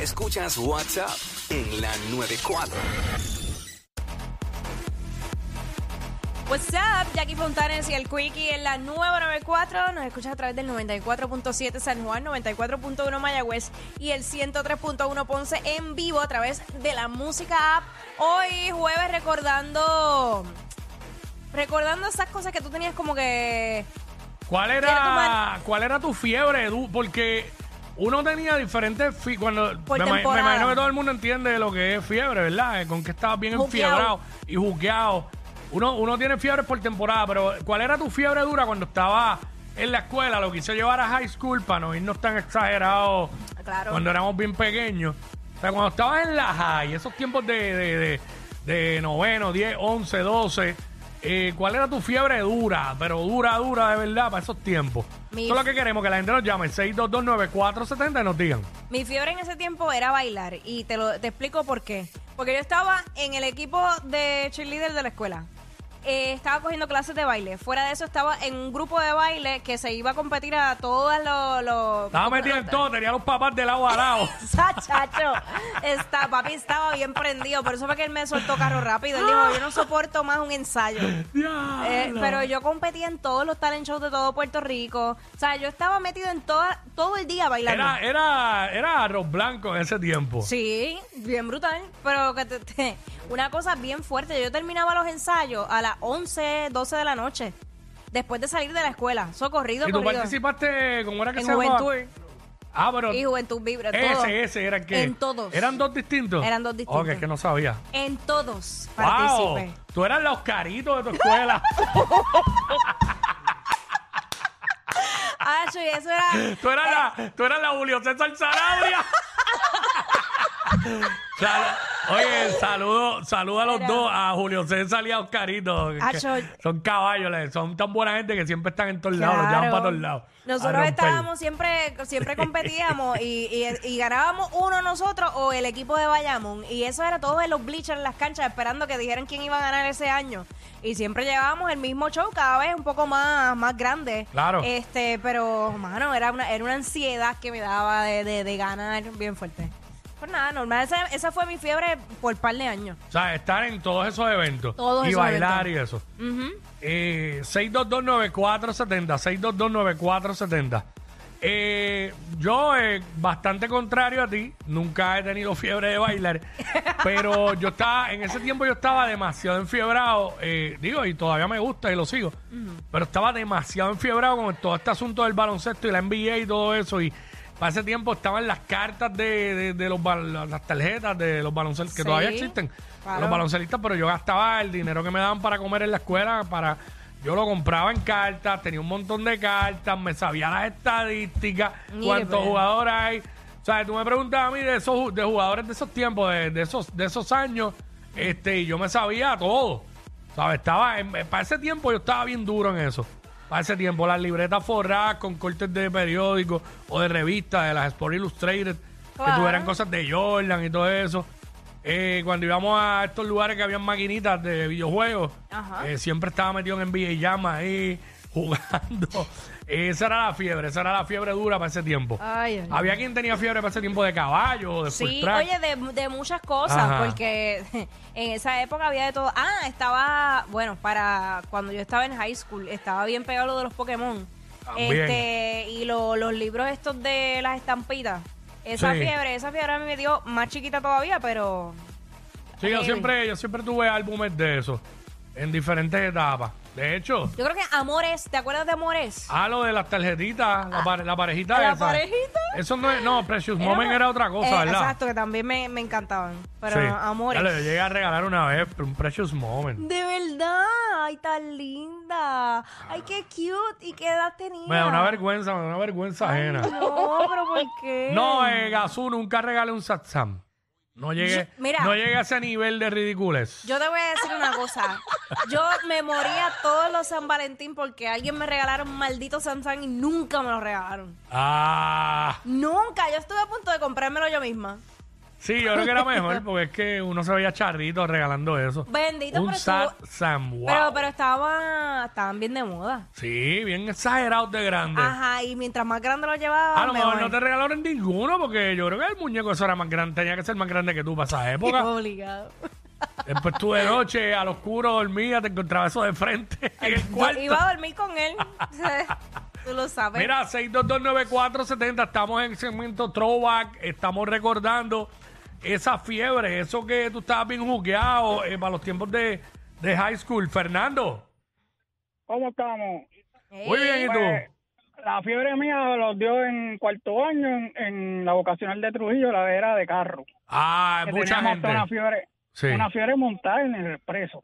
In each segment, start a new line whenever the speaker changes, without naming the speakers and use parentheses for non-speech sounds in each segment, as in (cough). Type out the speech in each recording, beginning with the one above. Escuchas WhatsApp en la 94.
What's up, Jackie Fontanes y el Quickie en la nueva 94. Nos escuchas a través del 94.7 San Juan, 94.1 Mayagüez y el 103.1 Ponce en vivo a través de la música app. Hoy jueves recordando recordando esas cosas que tú tenías como que
¿Cuál
Quiero
era,
tomar.
¿Cuál era tu fiebre, Edu? Porque uno tenía diferentes fi- cuando
Por
me, ima- me
temporada.
imagino que todo el mundo entiende lo que es fiebre, ¿verdad? Eh, Con que estabas bien
Juqueado.
enfiebrado y juzgado. Uno, uno tiene fiebre por temporada, pero ¿cuál era tu fiebre dura cuando estaba en la escuela? Lo quise llevar a high school para no irnos tan exagerados
Claro.
cuando éramos bien pequeños. O sea, cuando estabas en la high, esos tiempos de, de, de, de noveno, 10, 11, 12, eh, ¿cuál era tu fiebre dura? Pero dura, dura, de verdad, para esos tiempos.
Mi-
Eso es lo que queremos, que la gente nos llame, 6229470 y nos digan.
Mi fiebre en ese tiempo era bailar y te lo te explico por qué. Porque yo estaba en el equipo de cheerleader de la escuela. Eh, estaba cogiendo clases de baile. Fuera de eso estaba en un grupo de baile que se iba a competir a todos los... los
Estaba metida en todo, tenía los papás de lado a lado.
Chacho, está, papi estaba bien prendido, por eso fue que él me soltó carro rápido. Él dijo, yo no soporto más un ensayo. (laughs) Eh,
Diablo.
pero yo competía en todos los talent shows de todo Puerto Rico. O sea, yo estaba metido en toda, todo el día bailando.
Era, era, era arroz blanco en ese tiempo.
Sí, bien brutal, pero que te- te- una cosa bien fuerte. Yo terminaba los ensayos a las 11, 12 de la noche, después de salir de la escuela. Socorrido,
y tú
corrido.
participaste, ¿cómo era que
En
se llamaba?
Juventud
Ah, pero
y Juventud Vibra, en todos.
ese, ese era el que.
En todos.
¿Eran dos distintos?
Eran dos distintos.
Ok, es que no sabía.
En todos
¡Wow!
participé.
Tú eras los caritos de
(laughs)
tu escuela.
Ah, sí, eso
(laughs)
era...
tú, eras la, tú eras la Julio César Sanabria.
(laughs)
Sal- Oye, saludo, saludo a los
Mira.
dos, a Julio César y a Oscarito. que-
Acho.
son caballos, le- son tan buena gente que siempre están en todos lados, los
Claro.
llevan para todos lados. a
Nosotros
romper.
estábamos siempre, siempre competíamos y, y- y ganábamos uno nosotros o el equipo de Bayamón. Y eso era todo en los bleachers, en las canchas, esperando que dijeran quién iba a ganar ese año. Y siempre llevábamos el mismo show, cada vez un poco más, más grande.
Claro.
Este, pero, mano, era una, era una ansiedad que me daba de, de- de ganar bien fuerte. Pues nada, normal. Esa, esa fue mi fiebre por par de años.
O sea, estar en todos esos eventos.
Todos
y
esos
bailar y eso. Eh, 6229470, 6229470. Eh, yo, eh, bastante contrario a ti, nunca he tenido fiebre de bailar, pero yo estaba, en ese tiempo yo estaba demasiado enfiebrado, eh, digo, y todavía me gusta y lo sigo, pero estaba demasiado enfiebrado con todo este asunto del baloncesto y la NBA y todo eso, y para ese tiempo estaban las cartas de, de- de los, bal- las tarjetas de los baloncelos, que
Sí.
todavía existen,
Claro.
los baloncelistas, pero yo gastaba el dinero que me daban para comer en la escuela, para yo lo compraba en cartas, tenía un montón de cartas, me sabía las estadísticas,
Mire,
cuántos
pues.
jugadores hay. O sea, tú me preguntabas a mí de esos ju- de jugadores de esos tiempos, de, de esos de esos años, este, y yo me sabía todo. ¿Sabes? Estaba en- eh, para ese tiempo yo estaba bien duro en eso. Para ese tiempo las libretas forradas con cortes de periódicos o de revistas de las Sport Illustrated que
Claro.
tuvieran cosas de Jordan y todo eso. Eh, cuando íbamos a estos lugares que habían maquinitas de videojuegos,
Ajá.
eh, siempre estaba metido en NBA Llama ahí (laughs) jugando. esa era la fiebre, esa era la fiebre dura para ese tiempo.
Ay, ay,
Había quien tenía fiebre para ese tiempo de caballo, de full
Sí,
track.
oye, de, de muchas cosas,
Ajá.
porque (laughs) en esa época había de todo. Ah, estaba, bueno, para cuando yo estaba en high school, estaba bien pegado lo de los Pokémon.
También.
Este, y lo- los libros estos de las estampitas. Esa
Sí.
fiebre, esa fiebre a mí me dio más chiquita todavía, pero
Sí, yo
Heavy.
siempre, yo siempre tuve álbumes de eso. en diferentes etapas. De hecho,
Yo creo que Amores, ¿te acuerdas de Amores?
a lo de las tarjetitas, la, pare- la parejita
Ah. ¿La
esa.
parejita?
Eso no es, no, Precious
Era
Moment
una-
era otra cosa,
Eh,
¿verdad?
Exacto, que también me, me encantaban. Pero
Sí.
Amores.
Ya lo- yo llegué a regalar una vez un Precious Moment.
De verdad, ay, tan linda. Ay, qué cute. ¿Y qué edad tenía?
Me da una vergüenza, me da una vergüenza ajena.
No, pero ¿por qué?
No, eh, Gazú, nunca regale un satsam. No llegué,
Yo- mira.
no llegué a ese nivel de ridiculez.
Yo te voy a decir una cosa. Yo me moría todos los San Valentín porque alguien me regalaron un maldito Samsung y nunca me lo regalaron.
Ah,
Nunca. Yo estuve a punto de comprármelo yo misma.
sí, yo creo que
(laughs)
era mejor porque es que uno se veía charrito regalando eso.
Bendito,
un
pero estuvo-
satsam, wow.
Pero, pero estaba, estaban bien de moda.
Sí, bien exagerado de grande.
Ajá, y mientras más grande lo llevaba,
A lo mejor
mejor. (laughs)
no te regalaron ninguno porque yo creo que el muñeco eso era más grande, tenía que ser más grande que tú para esa época.
Obligado.
Después Eh, pues, tú de noche, al oscuro, dormía, te encontrabas eso de frente (laughs) en el
Yo
cuarto.
iba a dormir con él. (laughs) Tú lo sabes.
Mira, 6229470, estamos en el segmento Throwback, estamos recordando esa fiebre, eso que tú estabas bien jugueado eh, para los tiempos de, de high school. Fernando,
¿Cómo estamos?
Ey,
muy bien, ¿y
Pues,
tú?
la fiebre mía los dio en cuarto año en, en la vocacional de Trujillo, la era de carro.
Ah,
Que
mucha
teníamos toda Una
gente.
fiebre,
Sí.
una fiebre montada en el expreso.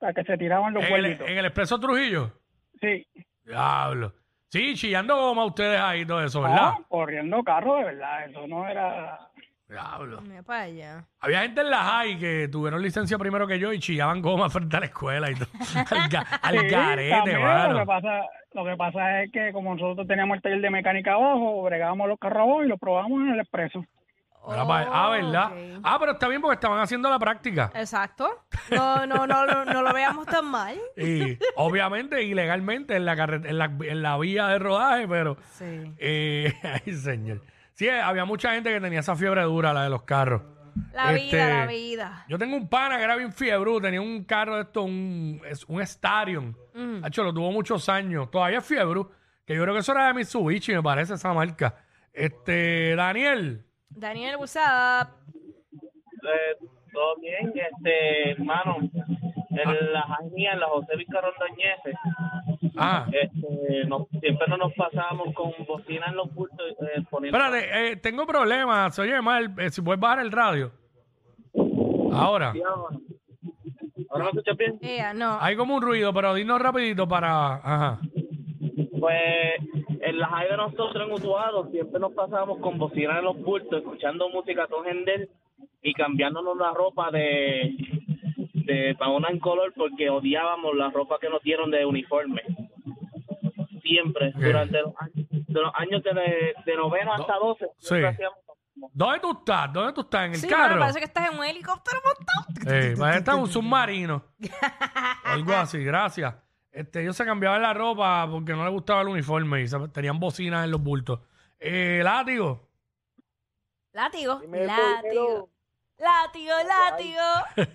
La que se tiraban los
En el,
vuelitos.
en el Expreso Trujillo.
Sí.
Diablo. Sí, chillando goma ustedes ahí, todo eso, ¿verdad?
Ah, corriendo carro, de verdad. Eso no era.
Diablo.
mira para allá.
Había gente en la high que tuvieron licencia primero que yo y chillaban goma (laughs) frente a la escuela y todo. al, ga- al
Sí,
garete,
también,
mano.
lo, que pasa, lo que pasa es que, como nosotros teníamos el taller de mecánica abajo, bregábamos los carros abajo y los probábamos en el expreso.
Era pa- ah,
Oh,
¿verdad?
ok.
Ah, pero está bien porque estaban haciendo la práctica.
Exacto. No, no, no, no, no lo veamos tan mal.
Y obviamente, ilegalmente, en la, carre- en la, en la vía de rodaje, pero...
Sí.
eh, (laughs) ay, señor. Sí, eh, había mucha gente que tenía esa fiebre dura, la de los carros.
La
Este,
vida, la vida.
Yo tengo un pana que era bien fiebre, tenía un carro de esto, un, es- un Stadium.
Mm.
Hacho, lo tuvo muchos años. Todavía es fiebre, que yo creo que eso era de Mitsubishi, me parece, esa marca. Este, Daniel,
Daniel, what's up?
Eh, todo bien, este, hermano. En la Jaimía, en la José Vizcarrón Doñeces,
ah,
este, no- siempre no nos pasábamos con bocina en los bultos eh, poniendo...
espérate, eh, tengo problemas, se oye mal, eh, si puedes bajar el radio. Ahora,
¿Ahora me escuchas bien?
Ella, no.
hay como un ruido, pero dinos rapidito para, ajá.
Pues en la Jaime nosotros en Utuado siempre nos pasábamos con bocina en los bultos, escuchando música con Gendel y cambiándonos la ropa de, de para una en color porque odiábamos la ropa que nos dieron de uniforme. Siempre, durante los años, de los años de, de noveno hasta doce. siempre
Sí.
hacíamos lo mismo.
¿Dónde tú estás? ¿Dónde tú estás? ¿En el
Sí,
carro?
bueno, parece que estás en un helicóptero montado.
Eh, parece que está en un submarino. O algo así, gracias. Este, ellos se cambiaban la ropa porque no les gustaba el uniforme y se- tenían bocinas en los bultos. Eh, látigo.
Látigo, látigo. Látigo, látigo.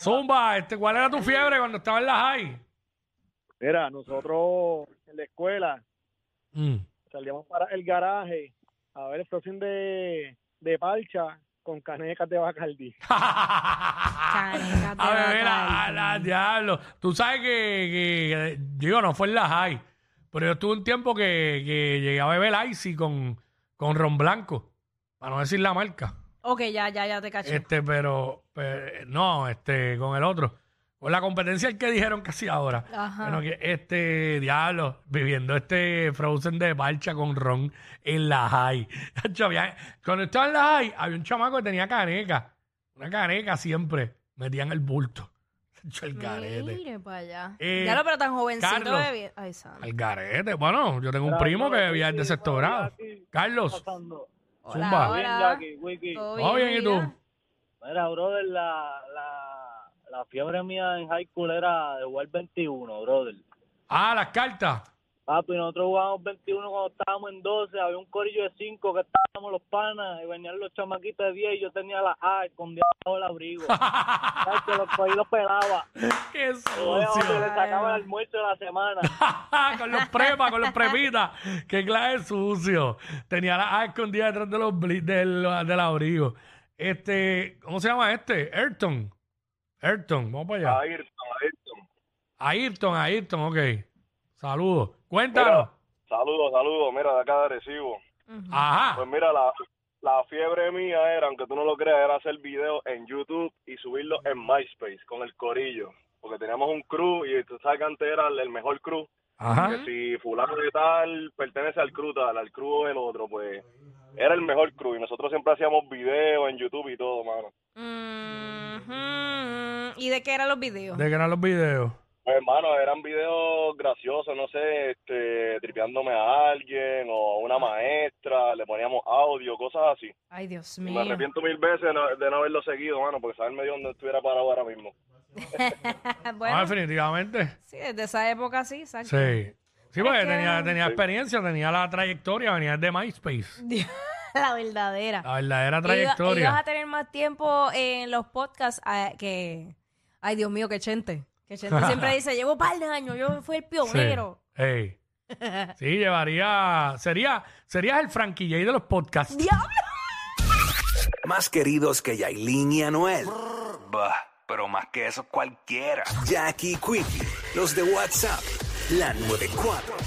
Zumba, este, ¿cuál era tu fiebre cuando estaba en la high?
Mira, nosotros en la escuela
Mm.
salíamos para el garaje a ver el próximo de, de parcha con canecas de Bacardi.
(laughs) a
te va a
beber a,
caer.
a- a- diablo. Tú sabes que, que- digo, no fue en la high, pero yo estuve un tiempo que, que llegué a beber Icy con, con ron blanco, para no decir la marca.
ok, ya, ya, ya te caché.
Este, pero, pero, no, este, con el otro. Con la competencia el que dijeron casi ahora.
Ajá.
Bueno, que este diablo, viviendo este Frozen de marcha con ron en la (laughs) high. Hacho, había- Cuando estaba en la high, había un chamaco que tenía caneca. Una caneca siempre. Metían el bulto. (laughs) Hacho, el garete.
Mire para allá.
Eh,
ya lo, pero tan jovencito
Carlos.
bebé. Ay, santo.
Al garete. Bueno, yo tengo un primo que vivía en desestorado. Ah. Carlos,
Hola,
Zumba.
hola. Oh.
Wiki.
¿Todo
¿todo bien y tú?
vida?
Mira, brother, la, la, la fiebre mía en high school era de jugar 21, brother.
Ah, las cartas. (laughs)
Papi, nosotros jugábamos 21 cuando estábamos en 12, había un corillo de 5 que estábamos los panas y venían los chamaquitos de 10 y yo tenía la A escondida bajo el abrigo. Ay, que los cogí y los pelaba.
¡Qué
Luego
sucio!
se les sacaba el almuerzo de la semana.
(laughs) con los prepas, con los prepitas. Qué clase de sucio. Tenía la A escondida detrás de los bli- del, del abrigo. Este, ¿cómo se llama este? Ayrton. Ayrton, vamos para allá. Ayrton, Ayrton, ok. Saludos. Cuéntanos.
Saludos, saludos. Mira, de acá de Recibo.
Ajá.
Ah.
Pues mira, la, la fiebre mía era, aunque tú no lo creas, era hacer videos en YouTube y subirlos en MySpace con el corillo. Porque teníamos un crew y tú sabes que antes era el, el mejor crew.
Ajá.
Que si fulano de tal pertenece al crew tal, al crew del otro, pues era el mejor crew. Y nosotros siempre hacíamos videos en YouTube y todo, mano.
Ujú. Mm-hmm. ¿Y de qué eran los videos?
De que eran los videos. Ah,
Pues, hermano, eran videos graciosos, no sé, este, tripeándome a alguien o a una maestra, le poníamos audio, cosas así.
Ay, Dios
Y
mío.
Me arrepiento mil veces de no, de no haberlo seguido, mano, porque saberme Dios dónde estuviera parado ahora mismo.
Ah,
bueno,
definitivamente.
sí, desde esa época sí, exacto.
Sí. Sí, porque
que-
tenía, tenía experiencia, tenía la trayectoria, venía de MySpace.
La verdadera.
La verdadera
Y iba-
trayectoria.
ibas a tener más tiempo en los podcasts ah, que... Ay, Dios mío, que chente. Que chente
(laughs)
siempre dice, llevo par de años, yo fui el
Sí.
pionero.
Ey. Sí, llevaría. Sería, serías el Frankie J de los podcasts.
Más queridos que Yailin y Anuel. Bah, pero más que eso cualquiera. Jackie Quickie, los de WhatsApp, la 94.